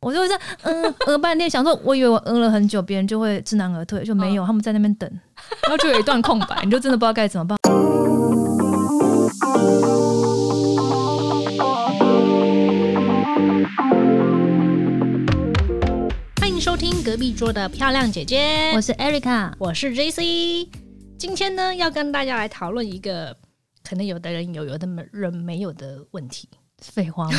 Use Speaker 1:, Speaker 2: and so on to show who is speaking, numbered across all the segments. Speaker 1: 我就会在嗯呃半天，想说我以为我嗯了很久，别人就会知难而退，就
Speaker 2: 嗯
Speaker 1: 没有，他们在那边等，然后就有一段空白，你就真的不知道该怎么办。
Speaker 2: 欢迎收听隔壁桌的漂亮姐姐，
Speaker 1: 我是 Erica，
Speaker 2: 我是 J C。今天呢，要跟大家来讨论一个可能有的人有，有的人没有的问 题。
Speaker 1: 废话吗？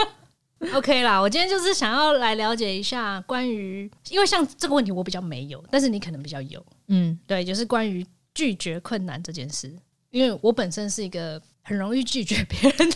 Speaker 2: OK 啦，我今天就是想要来了解一下关于，因为像这个问题我比较没有，但是你可能比较有。
Speaker 1: 嗯，
Speaker 2: 对，就是关于拒绝困难这件事，因为我本身是一个很容易拒绝别人的人，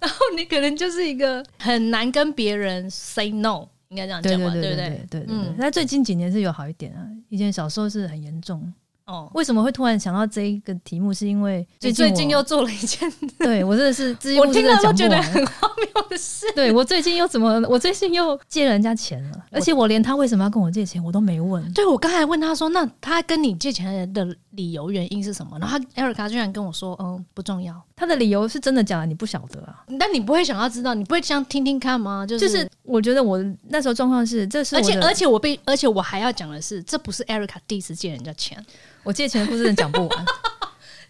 Speaker 2: 然后你可能就是一个很难跟别人 say no，应该这样
Speaker 1: 对
Speaker 2: 讲
Speaker 1: 对
Speaker 2: 吧，
Speaker 1: 对对
Speaker 2: 不
Speaker 1: 对对对对
Speaker 2: 嗯。
Speaker 1: 那最近几年是有好一点啊，以前小时候是很严重。
Speaker 2: 哦，
Speaker 1: 为什么会突然想到这一个题目？是因为
Speaker 2: 最
Speaker 1: 近
Speaker 2: 最
Speaker 1: 最
Speaker 2: 近又做了一件
Speaker 1: 对我真的是，
Speaker 2: 我听了都觉得
Speaker 1: 很
Speaker 2: 很荒谬的事，
Speaker 1: 对我最近又怎么？我最近又借人家钱了，而且我连他为什么要跟我借钱我都没问。
Speaker 2: 对我刚才问他说，那他跟你借钱的理由原因是什么？然后他 Erica 居然跟我说，嗯，不重要。
Speaker 1: 他的理由是真的假的，你不晓得啊。
Speaker 2: 但你不会想要知道，你不会想听听看吗？就是，
Speaker 1: 就是我觉得我那时候状况是，这是我
Speaker 2: 而且
Speaker 1: 的
Speaker 2: 而且我被，而且我还要讲的是，这不是 Erica 第一次借人家钱，
Speaker 1: 我借钱的故事真的讲不完。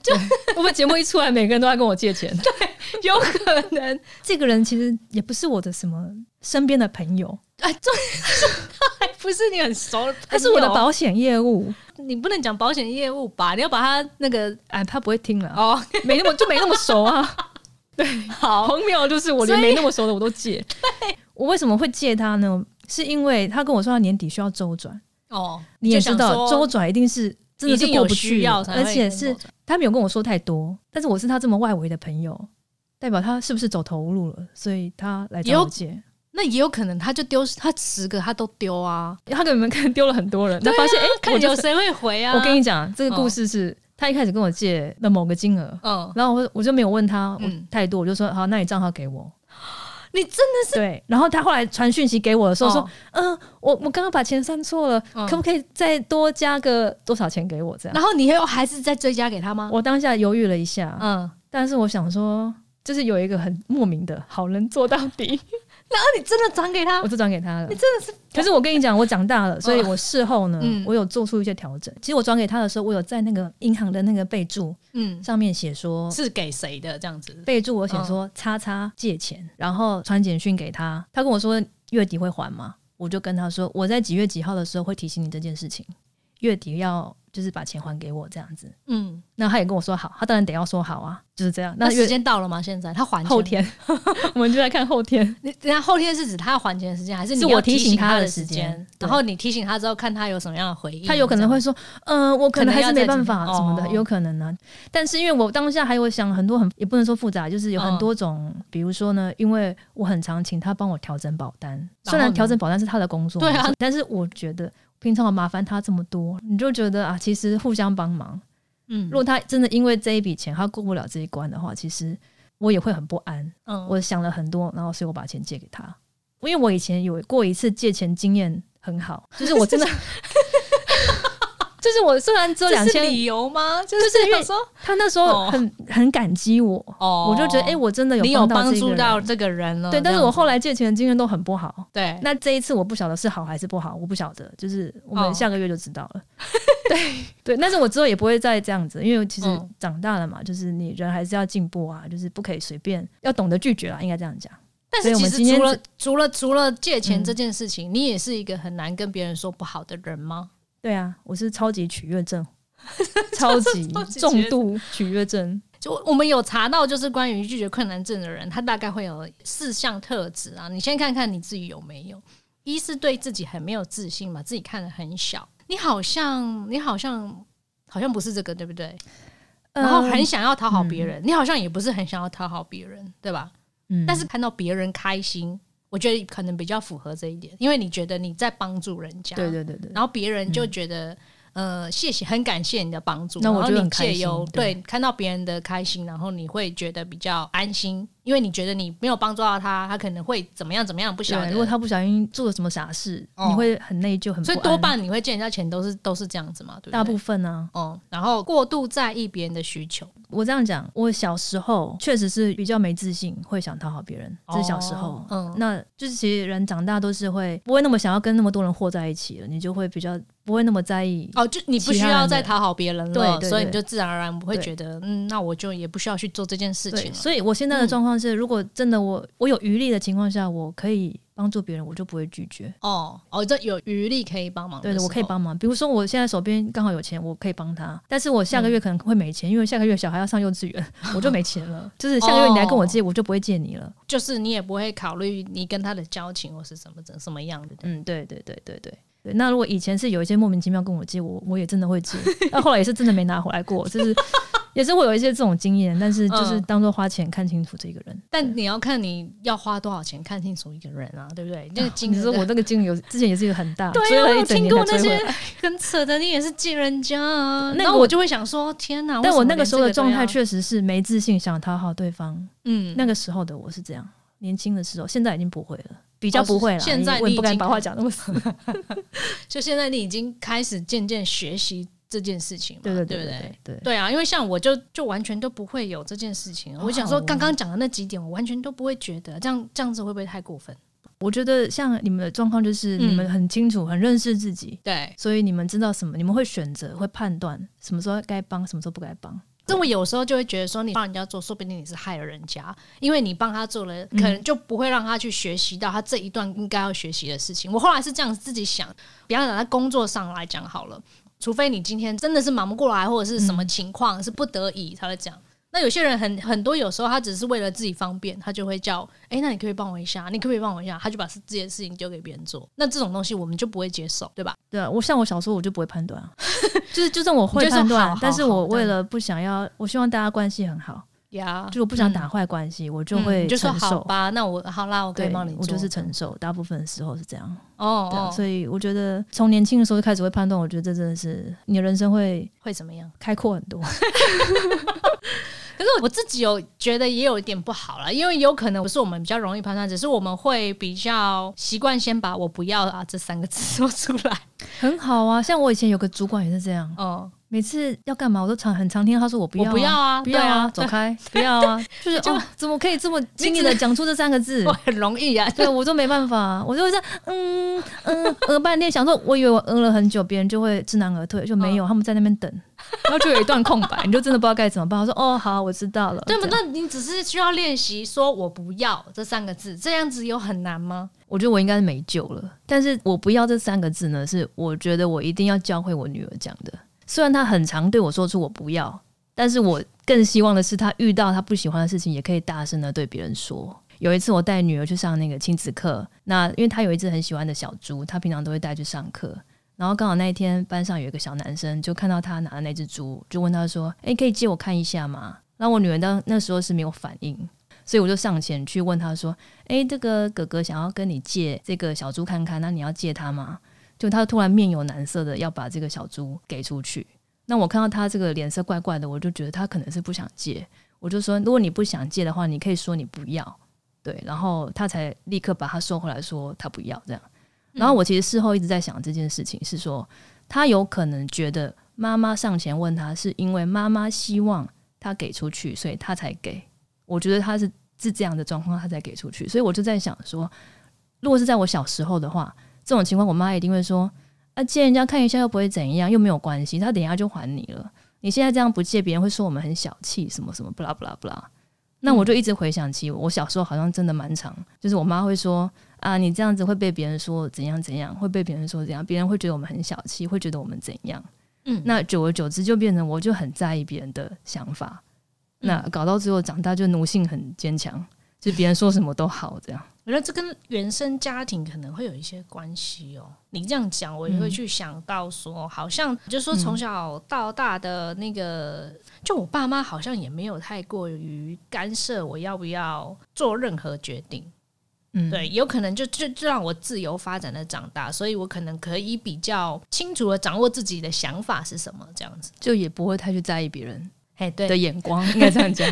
Speaker 1: 对我们节目一出来，每个人都在跟我借钱。
Speaker 2: 有可能，
Speaker 1: 这个人其实也不是我的什么身边的朋友，
Speaker 2: 哎，重点是 还不是你很熟的朋友，
Speaker 1: 他是我的保险业务。
Speaker 2: 你不能讲保险业务吧？你要把他那个
Speaker 1: 哎，他不会听了，
Speaker 2: 哦，
Speaker 1: 没那么就没那么熟 啊。
Speaker 2: 好，
Speaker 1: 荒谬就是我连
Speaker 2: 所以
Speaker 1: 没那么熟的我都借。我为什么会借他呢？是因为他跟我说他年底需要周转，
Speaker 2: 哦，
Speaker 1: 你也
Speaker 2: 就想
Speaker 1: 知道
Speaker 2: 说
Speaker 1: 周转一定是真的
Speaker 2: 一
Speaker 1: 是
Speaker 2: 定
Speaker 1: 过
Speaker 2: 有
Speaker 1: 不
Speaker 2: 需
Speaker 1: 去
Speaker 2: 要
Speaker 1: 了，
Speaker 2: 才会
Speaker 1: 而
Speaker 2: 跟我转，
Speaker 1: 且是他没有跟我说太多，但是我是他这么外围的朋友，代表他是不是走投入了，所以他来
Speaker 2: 也
Speaker 1: 找
Speaker 2: 有
Speaker 1: 我借。
Speaker 2: 那也有可能他就丢，他十个他都丢啊，
Speaker 1: 他给你们看丢了很多人，他发现哎、
Speaker 2: 看
Speaker 1: 我
Speaker 2: 有
Speaker 1: 就
Speaker 2: 谁会回啊？
Speaker 1: 我跟你讲，这个故事是、他一开始跟我借了某个金额，
Speaker 2: 嗯，
Speaker 1: 然后我我就没有问他我
Speaker 2: 嗯
Speaker 1: 太多，我就说好，那你账号给我。
Speaker 2: 你真的
Speaker 1: 对，然后他后来传讯息给我的时候说
Speaker 2: 哦，
Speaker 1: 嗯、我我刚刚把钱算错了，
Speaker 2: 嗯
Speaker 1: 可不可以再多加个多少钱给我？这样，
Speaker 2: 然后你又还是再追加给他吗？
Speaker 1: 我当下犹豫了一下，
Speaker 2: 嗯，
Speaker 1: 但是我想说，就是有一个很莫名的好人做到底，
Speaker 2: 然后你真的转给他
Speaker 1: 我，就转给他了
Speaker 2: 啊你。真的是哦
Speaker 1: 可是我跟你讲，我长大了，所以我事后呢，
Speaker 2: 嗯
Speaker 1: 我有做出一些调整。其实我转给他的时候，我有在那个银行的那个备注
Speaker 2: 嗯，
Speaker 1: 上面写说，
Speaker 2: 是给谁的这样子？
Speaker 1: 备注我写
Speaker 2: 哦
Speaker 1: 说叉叉借钱，然后传简讯给他，他跟我说月底会还吗？我就跟他说我在几月几号的时候会提醒你这件事情，月底要就是把钱还给我这样子。
Speaker 2: 嗯，
Speaker 1: 那他也跟我说好，他当然得要说好啊，就是这样。
Speaker 2: 那时
Speaker 1: 月
Speaker 2: 间到了吗？现在他还钱
Speaker 1: 后，天， 我们就来看后天。
Speaker 2: 你等下后天是指他还钱的时间，还是你
Speaker 1: 是
Speaker 2: 要
Speaker 1: 我提
Speaker 2: 醒
Speaker 1: 醒他
Speaker 2: 的
Speaker 1: 的时间
Speaker 2: 间？
Speaker 1: 对
Speaker 2: 然后你提醒他之后，看他有什么样的回应？
Speaker 1: 他有可能会说，嗯、我可能还是没办法
Speaker 2: 可能要再
Speaker 1: 什么
Speaker 2: 哦
Speaker 1: 的，有可能啊。但是因为我当下还有想很多很，也不能说复杂，就是有很多种，比如说呢，因为我很常请他帮我调整保单，
Speaker 2: 呢
Speaker 1: 虽然调整保单是他的工作，
Speaker 2: 对啊，
Speaker 1: 但是我觉得。平常我麻烦他这么多，你就觉得啊，其实互相帮忙。
Speaker 2: 这样，嗯
Speaker 1: 如果他真的因为这一笔钱他过不了这一关的话，其实我也会很不安。
Speaker 2: 嗯
Speaker 1: 我想了很多，然后所以我把钱借给他，因为我以前有过一次借钱经验很 好，就是我真的，就是我虽然只有两
Speaker 2: 这是
Speaker 1: 千，
Speaker 2: 理由吗？就
Speaker 1: 就是因为
Speaker 2: 想说
Speaker 1: 他那时候
Speaker 2: 哦
Speaker 1: 很、很感激我，
Speaker 2: 哦
Speaker 1: 我就觉得哎、诶我真的有
Speaker 2: 你有
Speaker 1: 到
Speaker 2: 帮
Speaker 1: 这个
Speaker 2: 助
Speaker 1: 人
Speaker 2: 到这个人了，
Speaker 1: 对，但是
Speaker 2: 这样
Speaker 1: 我
Speaker 2: 子
Speaker 1: 后来借钱的经验都很不好。
Speaker 2: 对
Speaker 1: 那这一次我不晓得是好还是不好，我不晓得，就是我
Speaker 2: 哦
Speaker 1: 们下个月就知道了。 对对，但是我之后也不会再这样子，因为其实
Speaker 2: 嗯
Speaker 1: 长大了嘛，就是你人还是要进步啊，就是不可以随便，要懂得拒绝啊，应该这样讲。
Speaker 2: 但
Speaker 1: 所
Speaker 2: 是
Speaker 1: 以我
Speaker 2: 其
Speaker 1: 们今天
Speaker 2: 实除了除了除了借钱
Speaker 1: 嗯
Speaker 2: 这件事情，你也是一个很难跟别人说不好的人吗？
Speaker 1: 对啊，我是超级取悦 症，超级
Speaker 2: 超级
Speaker 1: 重度取悦症。
Speaker 2: 就我们有查到，就是关于拒绝困难症的人，他大概会有四项特质啊。你先看看你自己有没有：一是对自己很没有自信嘛，自己看得很小，你好像你好像好像不是这个，对不对？
Speaker 1: 嗯
Speaker 2: 然后很想要讨好别人，你好像也不是很想要讨好别人，对吧？
Speaker 1: 嗯，嗯
Speaker 2: 但是看到别人开心，我觉得可能比较符合这一点，因为你觉得你在帮助人家，
Speaker 1: 对对对对，啊
Speaker 2: 然后别人就觉得、呃，谢谢，很感谢你的帮助。
Speaker 1: 嗯那我
Speaker 2: 然后
Speaker 1: 就很
Speaker 2: 你
Speaker 1: 开
Speaker 2: 借
Speaker 1: 心
Speaker 2: 由
Speaker 1: 对
Speaker 2: 对看到别人的开心，然后你会觉得比较安心，因为你觉得你没有帮助到他，他可能会怎么样怎么样，不晓
Speaker 1: 对，
Speaker 2: 得。
Speaker 1: 如果他不小心做了什么傻事，
Speaker 2: 哦
Speaker 1: 你会很内疚，很不
Speaker 2: 所
Speaker 1: 安
Speaker 2: 以多半你会借人家钱都是都是这样子嘛，对不对？
Speaker 1: 大部分啊，
Speaker 2: 哦、然后过度在意别人的需求，
Speaker 1: 我这样讲，我小时候确实是比较没自信，会想讨好别人，这是小时候。
Speaker 2: 哦嗯
Speaker 1: 那就是其实人长大都是会不会那么想要跟那么多人和在一起了，你就会比较不会那么在意。
Speaker 2: 哦，就你不需
Speaker 1: 其他人
Speaker 2: 要
Speaker 1: 的
Speaker 2: 再讨好别人了，
Speaker 1: 对对对
Speaker 2: 所以你就自然而然不会
Speaker 1: 对
Speaker 2: 觉得，嗯，那我就也不需要去做这件事情
Speaker 1: 对，
Speaker 2: 了。嗯
Speaker 1: 所以我现在的状况是，如果真的我我有余力的情况下，我可以帮助别人，我就不会拒绝。
Speaker 2: 哦哦，这有余力可以帮忙的
Speaker 1: 对
Speaker 2: 时
Speaker 1: 的，
Speaker 2: 候，
Speaker 1: 我可以帮忙。比如说，我现在手边刚好有钱，我可以帮他，但是我下个月可能会没钱，因为下个月小孩要上幼稚 园，我就没钱了。就是下个月你来跟我借，我就不会借你了。
Speaker 2: 就是你也不会考虑你跟他的交情或是什么怎什么样的。
Speaker 1: 嗯，对对对对对对。那如果以前是有一些莫名其妙跟我借，我我也真的会借，那后来也是真的没拿回来过，就是也是会有一些这种经验，但是就是
Speaker 2: 嗯
Speaker 1: 当做花钱看清楚这个人。
Speaker 2: 但你要看你要花多少钱看清楚一个人啊，对不 对？那个金
Speaker 1: 你
Speaker 2: 额
Speaker 1: 说我那个金额有之前也是一个很大，
Speaker 2: 对
Speaker 1: 追
Speaker 2: 啊，
Speaker 1: 了一
Speaker 2: 我
Speaker 1: 整
Speaker 2: 听
Speaker 1: 年
Speaker 2: 过
Speaker 1: 才
Speaker 2: 那
Speaker 1: 追回
Speaker 2: 些
Speaker 1: 来。
Speaker 2: 很扯的，你也是借人家啊。
Speaker 1: 那个
Speaker 2: 然后我就会想说，天哪！
Speaker 1: 但
Speaker 2: 为什么
Speaker 1: 我那个时候的
Speaker 2: 连这都
Speaker 1: 状
Speaker 2: 要
Speaker 1: 态，确实是没自信，想讨好对方。
Speaker 2: 嗯，
Speaker 1: 那个时候的我是这样，年轻的时候，现在已经不会了，比较不会了。
Speaker 2: 哦是现在
Speaker 1: 我也
Speaker 2: 你已
Speaker 1: 不敢
Speaker 2: 经
Speaker 1: 把话讲那么死。
Speaker 2: 就现在你已经开始渐渐学习这件事情嘛，
Speaker 1: 对对
Speaker 2: 对
Speaker 1: 对
Speaker 2: 不
Speaker 1: 对对对。
Speaker 2: 对啊，因为像我就就完全都不会有这件事情。
Speaker 1: 哦
Speaker 2: 我想说，刚刚讲的那几点，我完全都不会觉得这样这样子会不会太过分？
Speaker 1: 我觉得像你们的状况，就是
Speaker 2: 嗯
Speaker 1: 你们很清楚、很认识自己，
Speaker 2: 对，
Speaker 1: 所以你们知道什么，你们会选择，会判断什么时候该帮，什么时候不该帮。
Speaker 2: 这我有时候就会觉得说，你帮人家做，说不定你是害了人家，因为你帮他做了，可
Speaker 1: 嗯
Speaker 2: 能就不会让他去学习到他这一段应该要学习的事情。我后来是这样自己想，比方讲在工作上来讲好了，除非你今天真的是忙不过来，或者是什
Speaker 1: 嗯
Speaker 2: 么情况、是不得已才会讲。那有些人很很多，有时候他只是为了自己方便，他就会叫，哎、那你可不可以帮我一下？你可不可以帮我一下？他就把自己的事情丢给别人做。那这种东西我们就不会接受，对吧？
Speaker 1: 对啊，我像我小时候我就不会判断 啊，就是就算我会
Speaker 2: 你就说
Speaker 1: 判断，
Speaker 2: 好好
Speaker 1: 但是
Speaker 2: 好
Speaker 1: 我为了不想要，我希望大家关系很好，
Speaker 2: 呀、
Speaker 1: 就我不想打坏关系，我就
Speaker 2: 嗯
Speaker 1: 会
Speaker 2: 你嗯就说
Speaker 1: 承
Speaker 2: 好嗯
Speaker 1: 受。
Speaker 2: 吧，那我好啦，我可以
Speaker 1: 对
Speaker 2: 帮你，做。
Speaker 1: 我就是承受，大部分的时候是这样。
Speaker 2: 哦
Speaker 1: 对啊，
Speaker 2: 哦，
Speaker 1: 所以我觉得从年轻的时候就开始会判断，我觉得这真的是你的人生会
Speaker 2: 会怎么样？
Speaker 1: 开阔很多。
Speaker 2: 可是我自己有觉得也有一点不好啦，因为有可能不是我们比较容易判断，只是我们会比较习惯先把我不要啊这三个字说出 来。
Speaker 1: 很好啊，像我以前有个主管也是这样，
Speaker 2: 哦、
Speaker 1: 每次要干嘛我都常很常听他说我不要、
Speaker 2: 我不要啊，
Speaker 1: 不要啊，
Speaker 2: 对
Speaker 1: 走
Speaker 2: 啊，
Speaker 1: 开，不要 啊，就是
Speaker 2: 就
Speaker 1: 哦，怎么可以这么轻易的讲出这三个字
Speaker 2: 我？很容易啊，
Speaker 1: 对我都没办法，我就会这样，嗯嗯，呃半天，想说我以为我呃了很久，别人就会知难而退，就没有，他们在那边等，然后就有一段空白，你就真的不知道该怎么办。他说哦好，我知道了。
Speaker 2: 对不
Speaker 1: 这样？
Speaker 2: 对？你只是需要练习说我不要这三个字，这样子有很难吗？
Speaker 1: 我觉得我应该是没救了，但是我不要这三个字呢，是我觉得我一定要教会我女儿讲的。虽然她很常对我说出我不要，但是我更希望的是她遇到她不喜欢的事情，也可以大声的对别人说。有一次我带女儿去上那个亲子课，那因为她有一只很喜欢的小猪，她平常都会带去上课。然后刚好那一天班上有一个小男生，就看到他拿的那只猪，就问他说：“诶，可以借我看一下吗？”那我女儿当那时候是没有反应，所以我就上前去问他说：“诶，哎这个哥哥想要跟你借这个小猪看看，那你要借他吗？”就他突然面有难色的要把这个小猪给出去。那我看到他这个脸色怪怪的，我就觉得他可能是不想借。我就说，如果你不想借的话，你可以说你不要，对，然后他才立刻把它收回来，说他不要这样。然后我其实事后一直在想这件事情，是说他有可能觉得妈妈上前问他，是因为妈妈希望他给出去，所以他才给。我觉得他是是这样的状况，他才给出去。所以我就在想说，如果是在我小时候的话，这种情况我妈一定会说：“啊，借人家看一下又不会怎样，又没有关系，他等一下就还你了。你现在这样不借，别人会说我们很小气，什么什么，不啦不啦不啦。”那我就一直回想起我小时候，好像真的蛮长，就是我妈会说啊，你这样子会被别人说怎样怎样，会被别人说怎样，别人会觉得我们很小气，会觉得我们怎样。
Speaker 2: 嗯
Speaker 1: 那久而久之就变成我就很在意别人的想法，那搞到最后长大就奴性很坚强，就别人说什么都好这样。
Speaker 2: 我觉得这跟原生家庭可能会有一些关系哦。你这样讲，我也
Speaker 1: 嗯
Speaker 2: 会去想到说，好像就说从小到大的那个，就我爸妈好像也没有太过于干涉我要不要做任何决定。
Speaker 1: 嗯，
Speaker 2: 对，有可能就就就让我自由发展的长大，所以我可能可以比较清楚的掌握自己的想法是什么这样子。
Speaker 1: 就也不会太去在意别人。
Speaker 2: 哎、
Speaker 1: 的
Speaker 2: 对，
Speaker 1: 眼光，应该这样讲，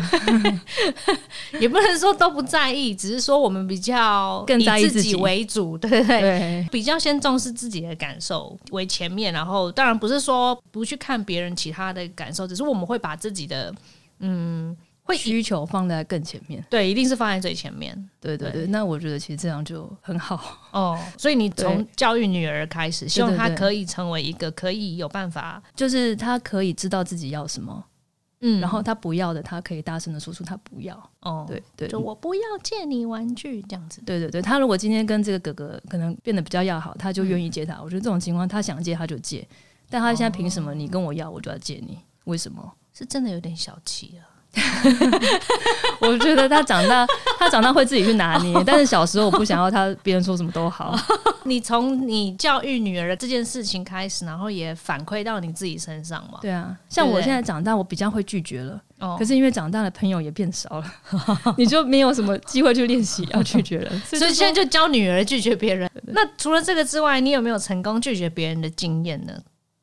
Speaker 2: 也不能说都不在意，只是说我们比较
Speaker 1: 更
Speaker 2: 以
Speaker 1: 在意
Speaker 2: 自
Speaker 1: 自己
Speaker 2: 为主，对 对对。
Speaker 1: 对，
Speaker 2: 比较先重视自己的感受为前面，然后当然不是说不去看别人其他的感受，只是我们会把自己的嗯，会以
Speaker 1: 需求放在更前面，
Speaker 2: 对，一定是放在最前面
Speaker 1: 对对对。那我觉得其实这样就很好，
Speaker 2: 哦。所以你从教育女儿开始，希望
Speaker 1: 对
Speaker 2: 她
Speaker 1: 对
Speaker 2: 可以成为一个可以有办法，
Speaker 1: 就是他可以知道自己要什么，
Speaker 2: 嗯
Speaker 1: 然后他不要的，他可以大声的说出他不要，
Speaker 2: 哦，
Speaker 1: 对对
Speaker 2: 就我不要借你玩具这样子。
Speaker 1: 对对对，他如果今天跟这个哥哥可能变得比较要好，他就愿意
Speaker 2: 嗯
Speaker 1: 借他。我觉得这种情况，他想借他就借，但他现在凭
Speaker 2: 哦
Speaker 1: 什么你跟我要，我就要借你？为什么？
Speaker 2: 是真的有点小气啊，
Speaker 1: 我觉得他长大，他长大会自己去拿 捏，但是小时候我不想要他，别人说什么都好。
Speaker 2: 你从你教育女儿这件事情开始，然后也反馈到你自己身上嘛。
Speaker 1: 对啊，像我现在长大，我比较会拒绝了，
Speaker 2: 哦
Speaker 1: 可，是因为长大了，朋友也变少 了，你就没有什么机会去练习要拒绝了。所
Speaker 2: 所以
Speaker 1: 就
Speaker 2: 现在就教女儿拒绝别人。那除了这个之外，你有没有成功拒绝别人的经验呢？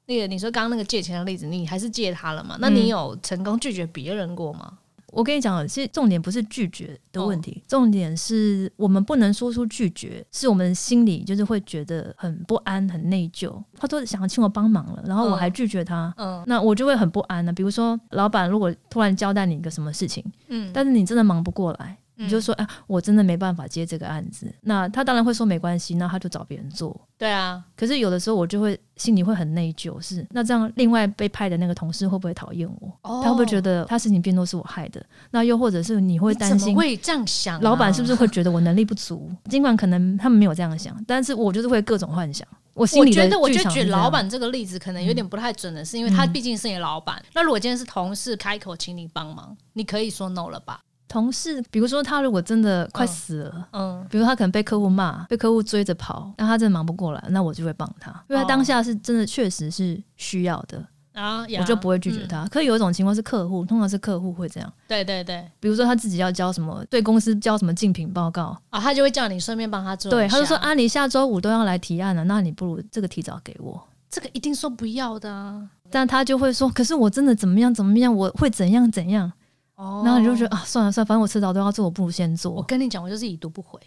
Speaker 2: 那个你说刚刚那个借钱的例子，你还是借他了嘛？那你有成功拒绝别人过吗？
Speaker 1: 我跟你讲，其实重点不是拒绝的问
Speaker 2: 哦
Speaker 1: 题，重点是我们不能说出拒绝，是我们心里就是会觉得很不安、很内疚。他说想要请我帮忙了，然后我还拒绝他。
Speaker 2: 嗯
Speaker 1: 那我就会很不安啊呢、比如说，老板如果突然交代你一个什么事情，
Speaker 2: 嗯
Speaker 1: 但是你真的忙不过来，
Speaker 2: 嗯
Speaker 1: 你就说啊，我真的没办法接这个案子。那他当然会说没关系，那他就找别人做。
Speaker 2: 对啊，
Speaker 1: 可是有的时候我就会心里会很内疚，是那这样另外被派的那个同事会不会讨厌我？
Speaker 2: 哦
Speaker 1: 他会不会觉得他事情变多是我害的？那又或者是你会
Speaker 2: 你
Speaker 1: 担
Speaker 2: 怎
Speaker 1: 心
Speaker 2: 么会这样想啊、
Speaker 1: 老板是不是会觉得我能力不足？尽管可能他们没有这样想，但是我就是会各种幻想。我心
Speaker 2: 我
Speaker 1: 里的
Speaker 2: 觉得，我
Speaker 1: 剧
Speaker 2: 就
Speaker 1: 场
Speaker 2: 觉
Speaker 1: 是
Speaker 2: 得
Speaker 1: 这样
Speaker 2: 老板这嗯个例子可能有点不太准的是，因为他毕竟是你老板。那如果今天是同事开口请你帮忙，你可以说 no 了吧？
Speaker 1: 同事，比如说他如果真的快
Speaker 2: 嗯
Speaker 1: 死了。
Speaker 2: 嗯，
Speaker 1: 比如他可能被客户骂，被客户追着跑，那他真的忙不过来，那我就会帮他，因为他当下是真的确实是需要的，
Speaker 2: 啊，哦呀
Speaker 1: 我就不会拒绝。
Speaker 2: 嗯
Speaker 1: 他。可有一种情况是客户，通常是客户会这样，
Speaker 2: 对对对，
Speaker 1: 比如说他自己要交什么，对公司交什么竞品报告，
Speaker 2: 啊，他就会叫你顺便帮他做一下。
Speaker 1: 对，他就说啊，你下周五都要来提案了，那你不如这个提早给我。
Speaker 2: 这个一定说不要的啊。
Speaker 1: 但他就会说，可是我真的怎么样怎么样，我会怎样怎样，
Speaker 2: 哦
Speaker 1: 然后你就觉得啊，算了算了，反正我迟早都要做，我不如先
Speaker 2: 我
Speaker 1: 做。
Speaker 2: 跟你讲，我就是已读不回，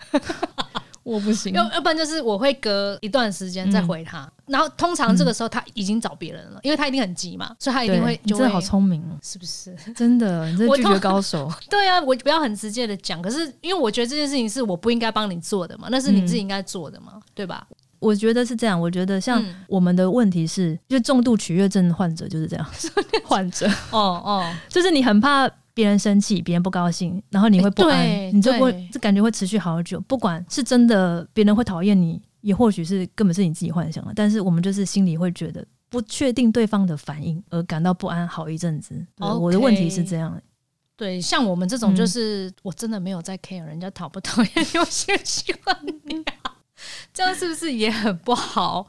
Speaker 1: 我不行
Speaker 2: 要要不然就是我会隔一段时间再
Speaker 1: 嗯
Speaker 2: 回他。然后通常这个时候他已经找别人了，因为他一定很急嘛，所以他一
Speaker 1: 对，
Speaker 2: 定会
Speaker 1: 你
Speaker 2: 就
Speaker 1: 真
Speaker 2: 会
Speaker 1: 的好聪明哦，
Speaker 2: 是不是？
Speaker 1: 真 的，你这
Speaker 2: 我
Speaker 1: 拒
Speaker 2: 通
Speaker 1: 绝高手。
Speaker 2: 对啊，我不要很直接的讲，可是因为我觉得这件事情是我不应该帮你做的嘛，那是你
Speaker 1: 嗯
Speaker 2: 自己应该做的嘛，对吧？
Speaker 1: 我觉得是这样，我觉得像
Speaker 2: 嗯
Speaker 1: 我们的问题是，就重度取悦症患者就是这 样，患者
Speaker 2: 哦哦，
Speaker 1: 就是你很怕别人生气，别人不高兴，然后你会不安，
Speaker 2: 哎对
Speaker 1: 你就会
Speaker 2: 对
Speaker 1: 这感觉会持续好久，不管是真的别人会讨厌你，也或许是根本是你自己幻想了，但是我们就是心里会觉得不确定对方的反应而感到不安好一阵子。对
Speaker 2: OK
Speaker 1: 我的问题是这样，
Speaker 2: 对，像我们这种就
Speaker 1: 嗯
Speaker 2: 是、我真的没有在 care 人家讨不讨厌 你，我喜不喜欢你啊，这样是不是也很不好？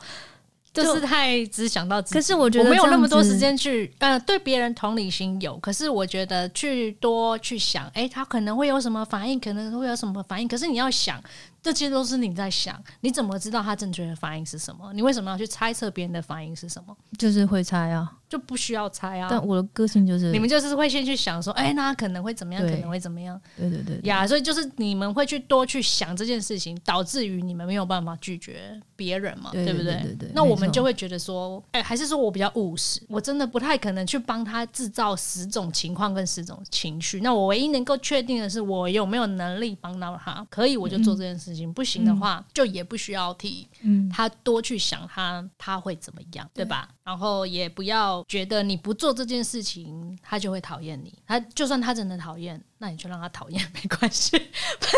Speaker 2: 就
Speaker 1: 就是
Speaker 2: 太只想到自己。
Speaker 1: 可是我觉得
Speaker 2: 我没有
Speaker 1: 这样
Speaker 2: 那么多
Speaker 1: 子
Speaker 2: 时，间去，呃，对别人同理心有，可是我觉得去多去想，诶，他可能会有什么反应，可能会有什么反应，可是你要想，这些都是你在想，你怎么知道他正确的反应是什么？你为什么要去猜测别人的反应是什么？
Speaker 1: 就是会猜啊，
Speaker 2: 就不需要猜啊。
Speaker 1: 但我的个性就是
Speaker 2: 你们就是会先去想说，诶，那他可能会怎么样，可
Speaker 1: 对
Speaker 2: 能会怎么样
Speaker 1: 对对对，对
Speaker 2: 呀所以就是你们会去多去想这件事情，导致于你们没有办法拒绝别人嘛，
Speaker 1: 对
Speaker 2: 不
Speaker 1: 对对对对
Speaker 2: 那我们
Speaker 1: 没错
Speaker 2: 就会觉得说，哎、还是说我比较务实，我真的不太可能去帮他制造十种情况跟十种情绪。那我唯一能够确定的是，我有没有能力帮到他，可以我就做这件事情，不行的话就也不需要替
Speaker 1: 嗯。
Speaker 2: 他多去想他他会怎么样，对吧？然后也不要觉得你不做这件事情，他就会讨厌你。他就算他真的讨厌，那你就让他讨厌 没关系。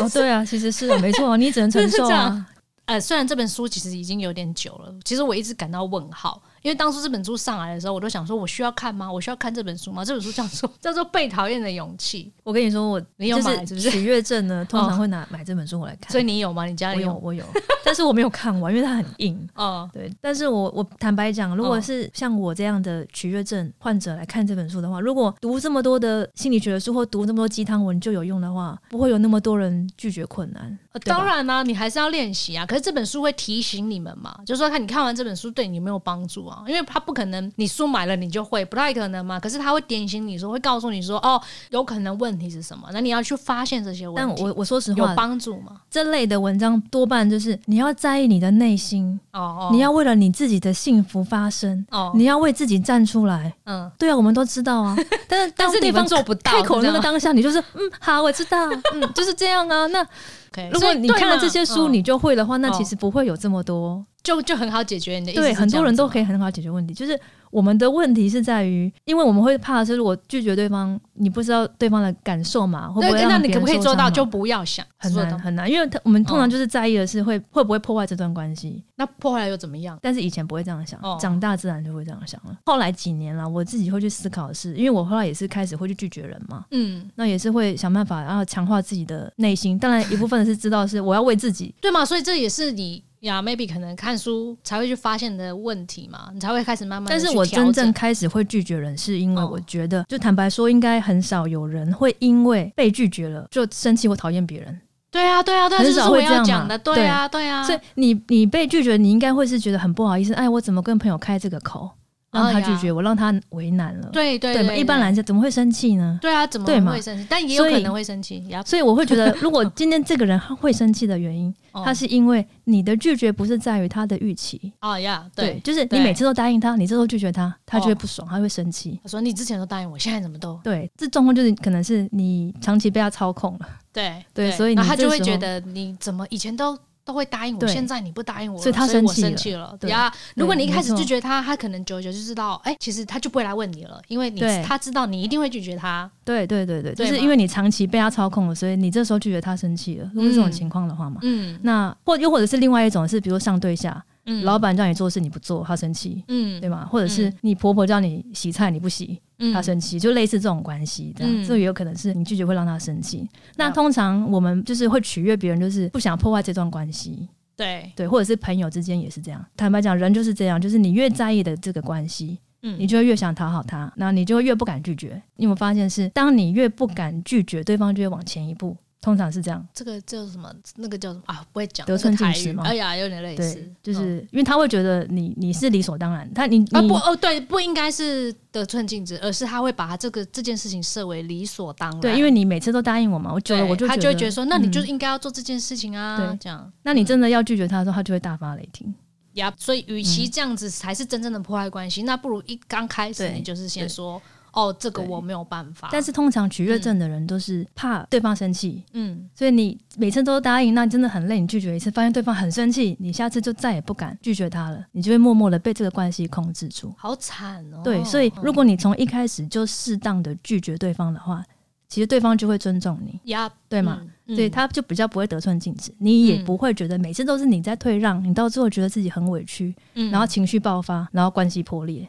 Speaker 1: 哦，对啊，其实是的，没错，你只能承
Speaker 2: 真的是
Speaker 1: 受
Speaker 2: 这
Speaker 1: 啊
Speaker 2: 样。呃，虽然这本书其实已经有点久了，其实我一直感到问号，因为当初这本书上来的时候，我都想说，我需要看吗？我需要看这本书吗？这本书叫做 叫做《被讨厌的勇气
Speaker 1: 我跟你说，我
Speaker 2: 你有
Speaker 1: 就
Speaker 2: 买是不是哦
Speaker 1: 取悦症 呢，通常会拿买这本书我来》，看。
Speaker 2: 所以你有吗？你家
Speaker 1: 我
Speaker 2: 里
Speaker 1: 有
Speaker 2: 有？
Speaker 1: 我有，但是我没有看完，因为它很硬。
Speaker 2: 哦，
Speaker 1: 对，但是我我坦白讲，如果
Speaker 2: 嗯
Speaker 1: 是像我这样的取悦症患者来看这本书的话，如果读这么多的心理学的书或读这么多鸡汤文就有用的话，不会有那么多人拒绝困难。
Speaker 2: 呃
Speaker 1: 对吧
Speaker 2: 当然啦、你还是要练习啊。可是这本书会提醒你们嘛，就是说看你看完这本书对你有没有帮助啊？啊，因为他不可能你书买了你就会，不太可能嘛。可是他会点醒你说，会告诉你说，哦，有可能问题是什么，那你要去发现这些
Speaker 1: 但
Speaker 2: 问题。
Speaker 1: 我我说实
Speaker 2: 有
Speaker 1: 话，
Speaker 2: 帮助吗？
Speaker 1: 这类的文章多半就是你要在意你的内心，
Speaker 2: 哦哦，
Speaker 1: 你要为了你自己的幸福发声，
Speaker 2: 哦，
Speaker 1: 你要为自己站出来。
Speaker 2: 嗯，
Speaker 1: 对啊，我们都知道啊，但是
Speaker 2: 但
Speaker 1: 当
Speaker 2: 是你
Speaker 1: 对
Speaker 2: 们
Speaker 1: 方
Speaker 2: 做不到，
Speaker 1: 开口那
Speaker 2: 是这
Speaker 1: 个
Speaker 2: 样
Speaker 1: 当下，你就是嗯，好，我知 道，嗯，就是这样啊。那
Speaker 2: OK，
Speaker 1: 如果
Speaker 2: 哎所以
Speaker 1: 你
Speaker 2: 对
Speaker 1: 看了
Speaker 2: 嘛
Speaker 1: 这些书，
Speaker 2: 嗯
Speaker 1: 你就会的话，那
Speaker 2: 哦
Speaker 1: 其实不会有这么多。
Speaker 2: 就就很好解决你的意思是这
Speaker 1: 对，
Speaker 2: 样子吗。
Speaker 1: 很多人都可
Speaker 2: 以
Speaker 1: 以很好解决问题。就是我们的问题是在于，因为我们会怕的是，如果拒绝对方，你不知道对方的感受嘛，会不会
Speaker 2: 对，
Speaker 1: 让
Speaker 2: 那你
Speaker 1: 别
Speaker 2: 可
Speaker 1: 人
Speaker 2: 不可以
Speaker 1: 受
Speaker 2: 做
Speaker 1: 伤
Speaker 2: 到？
Speaker 1: 嘛
Speaker 2: 就不要想
Speaker 1: 很
Speaker 2: 做到
Speaker 1: 难很难，因为他我们通常
Speaker 2: 嗯
Speaker 1: 就是在意的是会、会不会破坏这段关系，
Speaker 2: 那破坏又怎么样？
Speaker 1: 但是以前不会这样想，
Speaker 2: 哦
Speaker 1: 长大自然就会这样想了。后来几年了，我自己会去思考的是，因为我后来也是开始会去拒绝人嘛，
Speaker 2: 嗯，，
Speaker 1: 那也是会想办法然后强化自己的内心。当然一部分是知道是我要为自己
Speaker 2: 对嘛，所以这也是你呀，maybe 可能看书才会去发现的问题嘛，你才会开始慢慢地
Speaker 1: 但
Speaker 2: 去
Speaker 1: 是
Speaker 2: 调整。
Speaker 1: 我真正开始会拒绝人，是因为
Speaker 2: 哦
Speaker 1: 我觉得，就坦白说，应该很少有人会因为被拒绝了就生气或讨厌别人。
Speaker 2: 对啊，对啊，对啊，
Speaker 1: 很
Speaker 2: 这就是
Speaker 1: 少
Speaker 2: 我
Speaker 1: 会这样
Speaker 2: 要
Speaker 1: 嘛
Speaker 2: 讲的，对啊，对啊，
Speaker 1: 所以你你被拒绝，你应该会是觉得很不好意思，哎，我怎么跟朋友开这个口，让他
Speaker 2: 哎呀
Speaker 1: 拒绝我，让他为难了，
Speaker 2: 对对
Speaker 1: 对吗？一般
Speaker 2: 来
Speaker 1: 男生怎么会生气呢？
Speaker 2: 对啊，怎么
Speaker 1: 对嘛
Speaker 2: 会生气？但也有
Speaker 1: 所以
Speaker 2: 可能会生气，也要
Speaker 1: 所以我会觉得，如果今天这个人他会生气的原因，他是因为你的拒绝不是在于他的预期，
Speaker 2: 哦呀，对。
Speaker 1: 就是你
Speaker 2: 对
Speaker 1: 每次都答应他，你这时候拒绝他，他就会
Speaker 2: 哦
Speaker 1: 不爽，他会生气。
Speaker 2: 我说你之前都答应我，现在怎么都
Speaker 1: 对，这状况就是可能是你长期被他操控了，
Speaker 2: 对
Speaker 1: 对所以
Speaker 2: 然
Speaker 1: 你
Speaker 2: 后他
Speaker 1: 这
Speaker 2: 就会
Speaker 1: 时候
Speaker 2: 觉得你怎么以前都都会答应我，
Speaker 1: 对
Speaker 2: 现在你不答应我了，
Speaker 1: 所以他
Speaker 2: 我
Speaker 1: 生气
Speaker 2: 生气了。
Speaker 1: 对
Speaker 2: 呀，如果你一开
Speaker 1: 没
Speaker 2: 始
Speaker 1: 错
Speaker 2: 拒绝他，他可能久而久之就知道，哎，其实他就不会来问你了，因为你
Speaker 1: 对
Speaker 2: 他知道你一定会拒绝他。
Speaker 1: 对对对对，就
Speaker 2: 对
Speaker 1: 是
Speaker 2: 嘛
Speaker 1: 因为你长期被他操控了，所以你这时候拒绝他生气了。如果是这种
Speaker 2: 嗯
Speaker 1: 情况的话嘛，
Speaker 2: 嗯
Speaker 1: 那或又或者是另外一种是，比如说上对下，
Speaker 2: 嗯，
Speaker 1: 老板叫你做事你不做，他生气。
Speaker 2: 嗯
Speaker 1: 对吗？或者是
Speaker 2: 嗯
Speaker 1: 你婆婆叫你洗菜你不洗，
Speaker 2: 嗯
Speaker 1: 他生气，就类似这种关系，这样
Speaker 2: 嗯
Speaker 1: 这也有可能是你拒绝会让他生气。那
Speaker 2: 了
Speaker 1: 通常我们就是会取悦别人，就是不想破坏这段关系，
Speaker 2: 对，
Speaker 1: 对，或者是朋友之间也是这样。坦白讲，人就是这样，就是你越在意的这个关系，
Speaker 2: 嗯
Speaker 1: 你就会越想讨好他，那你就会越不敢拒绝。你有没有发现是，当你越不敢拒绝，对方就会往前一步，通常是这样。
Speaker 2: 这个叫什么？那个叫什么啊？不会讲
Speaker 1: 得寸
Speaker 2: 那个
Speaker 1: 进
Speaker 2: 台
Speaker 1: 尺
Speaker 2: 语
Speaker 1: 吗
Speaker 2: 哎呀，有点类
Speaker 1: 对
Speaker 2: 似，，
Speaker 1: 就是
Speaker 2: 嗯、
Speaker 1: 因为他会觉得你你是理所当然，他你你、
Speaker 2: 啊不哦，对，不应该是得寸进尺，而是他会把他这个这件事情设为理所当然。
Speaker 1: 对，因为你每次都答应我嘛，我久
Speaker 2: 对
Speaker 1: 了我就
Speaker 2: 他就会觉得说，那你就
Speaker 1: 嗯
Speaker 2: 应该要做这件事情啊，
Speaker 1: 对
Speaker 2: 这样。
Speaker 1: 那你真的要拒绝他的时候，他就会大发雷霆。
Speaker 2: 呀所以与
Speaker 1: 嗯
Speaker 2: 其这样子才是真正的破坏关系，那不如一刚开始
Speaker 1: 对
Speaker 2: 你就是先说，哦，这个
Speaker 1: 对
Speaker 2: 我没有办法。
Speaker 1: 但是通常取悦症的人都是怕对方生气，
Speaker 2: 嗯，
Speaker 1: 所以你每次都答应，那你真的很累。你拒绝一次，发现对方很生气，你下次就再也不敢拒绝他了，你就会默默的被这个关系控制住。
Speaker 2: 好惨哦。
Speaker 1: 对，所以如
Speaker 2: 嗯
Speaker 1: 果你从一开始就适当的拒绝对方的话，其实对方就会尊重你，
Speaker 2: 呀，
Speaker 1: 对吗？
Speaker 2: 嗯？嗯
Speaker 1: 所以他就比较不会得寸进尺，你也
Speaker 2: 嗯
Speaker 1: 不会觉得每次都是你在退让，你到最后觉得自己很委屈，
Speaker 2: 嗯
Speaker 1: 然后情绪爆发，然后关系破裂。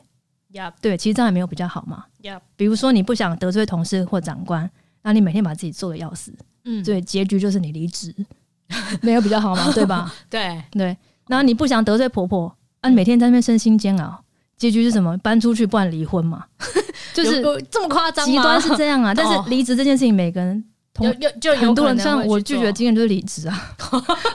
Speaker 2: 呀
Speaker 1: 对，其实这样也没有比较好嘛。
Speaker 2: 呀，
Speaker 1: 比如说你不想得罪同事或长官，那你每天把自己做的要死，
Speaker 2: 嗯，
Speaker 1: 对，结局就是你离 职，没有比较好嘛，对吧？
Speaker 2: 对，
Speaker 1: 对，然后你不想得罪婆婆，啊，你每天在那边身心煎熬，结局是什么？搬出去，不然离婚嘛， 就是
Speaker 2: 有有这么夸张吗？
Speaker 1: 极端是这样啊。但是离职这件事情，每个人同
Speaker 2: 有有就有
Speaker 1: 很多人
Speaker 2: 可能
Speaker 1: 像
Speaker 2: 会
Speaker 1: 我
Speaker 2: 去
Speaker 1: 拒
Speaker 2: 做
Speaker 1: 绝的经验就是离职啊，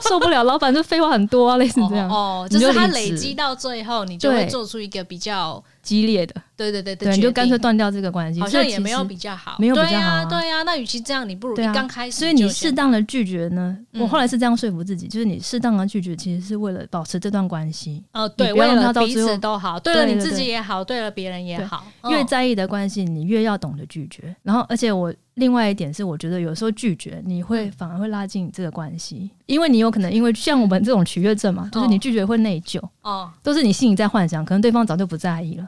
Speaker 1: 受不了，老板就废话很多啊，类似这样
Speaker 2: 哦，哦
Speaker 1: 你
Speaker 2: 就
Speaker 1: 就是
Speaker 2: 它
Speaker 1: 离
Speaker 2: 累
Speaker 1: 职
Speaker 2: 积到最后，你就会
Speaker 1: 对
Speaker 2: 做出一个比较
Speaker 1: 激烈的，
Speaker 2: 对对对的
Speaker 1: 对，你
Speaker 2: 决
Speaker 1: 就干脆
Speaker 2: 定
Speaker 1: 断掉这个关系。
Speaker 2: 好
Speaker 1: 所
Speaker 2: 像
Speaker 1: 以
Speaker 2: 也
Speaker 1: 其
Speaker 2: 没有
Speaker 1: 实
Speaker 2: 比较好，
Speaker 1: 没有比
Speaker 2: 对
Speaker 1: 较好
Speaker 2: 呀
Speaker 1: 啊
Speaker 2: 对呀。那与其这样，你不如
Speaker 1: 对
Speaker 2: 一
Speaker 1: 啊
Speaker 2: 刚开始，
Speaker 1: 所以你适当的拒绝呢，
Speaker 2: 嗯
Speaker 1: 我后来是这样说服自己，就是你适当的拒绝，其实是为了保持这段关系。
Speaker 2: 呃，对，
Speaker 1: 不要让
Speaker 2: 为了
Speaker 1: 它到
Speaker 2: 彼
Speaker 1: 最
Speaker 2: 此
Speaker 1: 后
Speaker 2: 都好，对了
Speaker 1: 对
Speaker 2: 你
Speaker 1: 对
Speaker 2: 自己
Speaker 1: 对
Speaker 2: 也好，对了别人也
Speaker 1: 对
Speaker 2: 好，
Speaker 1: 越
Speaker 2: 嗯
Speaker 1: 在意的关系，你越要懂得拒绝。然后，而且我另外一点是，我觉得有时候拒绝你会
Speaker 2: 嗯
Speaker 1: 反而会拉近这个关系，因为你有可能因为像我们这种取悦症嘛，就是你拒绝会内疚，
Speaker 2: 哦，
Speaker 1: 都是你心里在幻想，可能对方早就不在意了。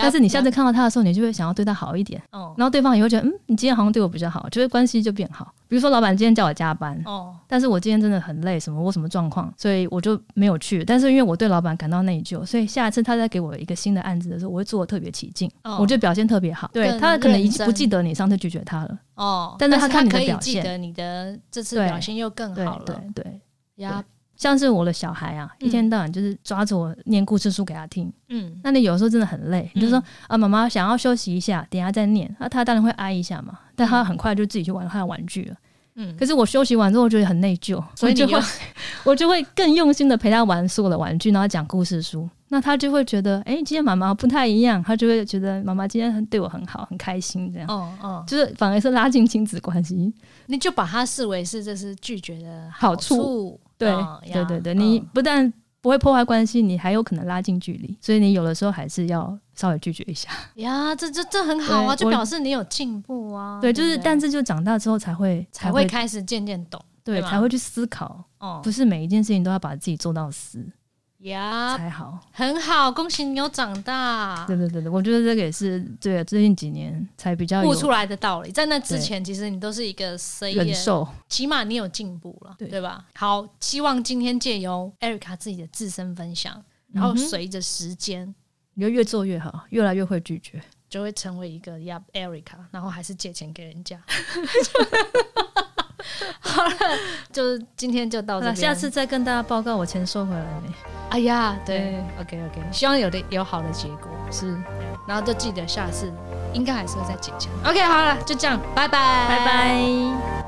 Speaker 1: 但是你下次看到他的时候，你就会想要对他好一点，
Speaker 2: 哦
Speaker 1: 然后对方也会觉得，嗯，你今天好像对我比较好，就会关系就变好。比如说，老板今天叫我加班。
Speaker 2: 哦
Speaker 1: 但是我今天真的很累，什么我什么状况，所以我就没有去。但是因为我对老板感到内疚，所以下一次他再给我一个新的案子的时候，我会做的特别起劲，
Speaker 2: 哦
Speaker 1: 我就表现特别好。对
Speaker 2: 更
Speaker 1: 他可能已经
Speaker 2: 认真
Speaker 1: 不记得你上次拒绝他了，
Speaker 2: 哦，
Speaker 1: 但是
Speaker 2: 但
Speaker 1: 他
Speaker 2: 是
Speaker 1: 看你的
Speaker 2: 可以
Speaker 1: 表
Speaker 2: 记
Speaker 1: 现
Speaker 2: 得你的这次
Speaker 1: 对
Speaker 2: 表现又更
Speaker 1: 对
Speaker 2: 好
Speaker 1: 对
Speaker 2: 了
Speaker 1: 对。
Speaker 2: 呀，
Speaker 1: 像是我的小孩啊，
Speaker 2: 嗯
Speaker 1: 一天到晚就是抓着我念故事书给他听。
Speaker 2: 嗯，
Speaker 1: 那你有时候真的很累，你就说
Speaker 2: 嗯
Speaker 1: 啊，妈妈想要休息一下，等一下再念。那、他当然会挨一下嘛，但他很快就自己去玩他的玩具了。
Speaker 2: 嗯
Speaker 1: 可是我休息完之后，我觉得很内疚，
Speaker 2: 所以
Speaker 1: 我就
Speaker 2: 你
Speaker 1: 会
Speaker 2: 又
Speaker 1: 我就会更用心的陪他玩所有的玩具，然后讲故事书。那他就会觉得，哎、今天妈妈不太一样，他就会觉得妈妈今天很对我很好，很开心，这样、
Speaker 2: 哦哦，
Speaker 1: 就是反而是拉近亲子关系。
Speaker 2: 你就把它视为是这是拒绝的
Speaker 1: 好处
Speaker 2: 处，
Speaker 1: 对、
Speaker 2: 哦呀
Speaker 1: 对对对，
Speaker 2: 嗯
Speaker 1: 你不但不会破坏关系，你还有可能拉近距离，所以你有的时候还是要稍微拒绝一下。
Speaker 2: 呀，这这这很好啊，
Speaker 1: 对
Speaker 2: 就
Speaker 1: 我
Speaker 2: 表示你有进步
Speaker 1: 哦
Speaker 2: 啊。
Speaker 1: 对，
Speaker 2: 对，
Speaker 1: 就是，
Speaker 2: 不对
Speaker 1: 但是就长大之后才会
Speaker 2: 才会开始渐渐懂
Speaker 1: 对
Speaker 2: 对吧
Speaker 1: 才会去思考，
Speaker 2: 哦
Speaker 1: 不是每一件事情都要把自己做到死、
Speaker 2: 呀，
Speaker 1: 才好。
Speaker 2: 很好，恭喜你有长大
Speaker 1: 对，对对对，我觉得这个也是对啊最近几年才比较
Speaker 2: 悟
Speaker 1: 啊有
Speaker 2: 出来的道理。在那之
Speaker 1: 对
Speaker 2: 前，其实你都是一个 C
Speaker 1: 忍受。
Speaker 2: 起码你有进步了，对
Speaker 1: 对
Speaker 2: 吧？好，希望今天借由 Erica 自己的自身分享，然后
Speaker 1: 嗯哼
Speaker 2: 随着时间
Speaker 1: 你就越做越好，越来越会拒绝。
Speaker 2: 就会成为一个 y Erica，然后还是借钱给 人家。好了，就是今天就到这
Speaker 1: 那
Speaker 2: 边。
Speaker 1: 下次再跟大家报告我钱收回来没？
Speaker 2: 哎呀，对
Speaker 1: 对
Speaker 2: ，OK OK，希望有的有好的结果，
Speaker 1: 是，
Speaker 2: 然后就记得下次应该还是会再借钱。OK，好了，就这样，拜拜，
Speaker 1: 拜拜。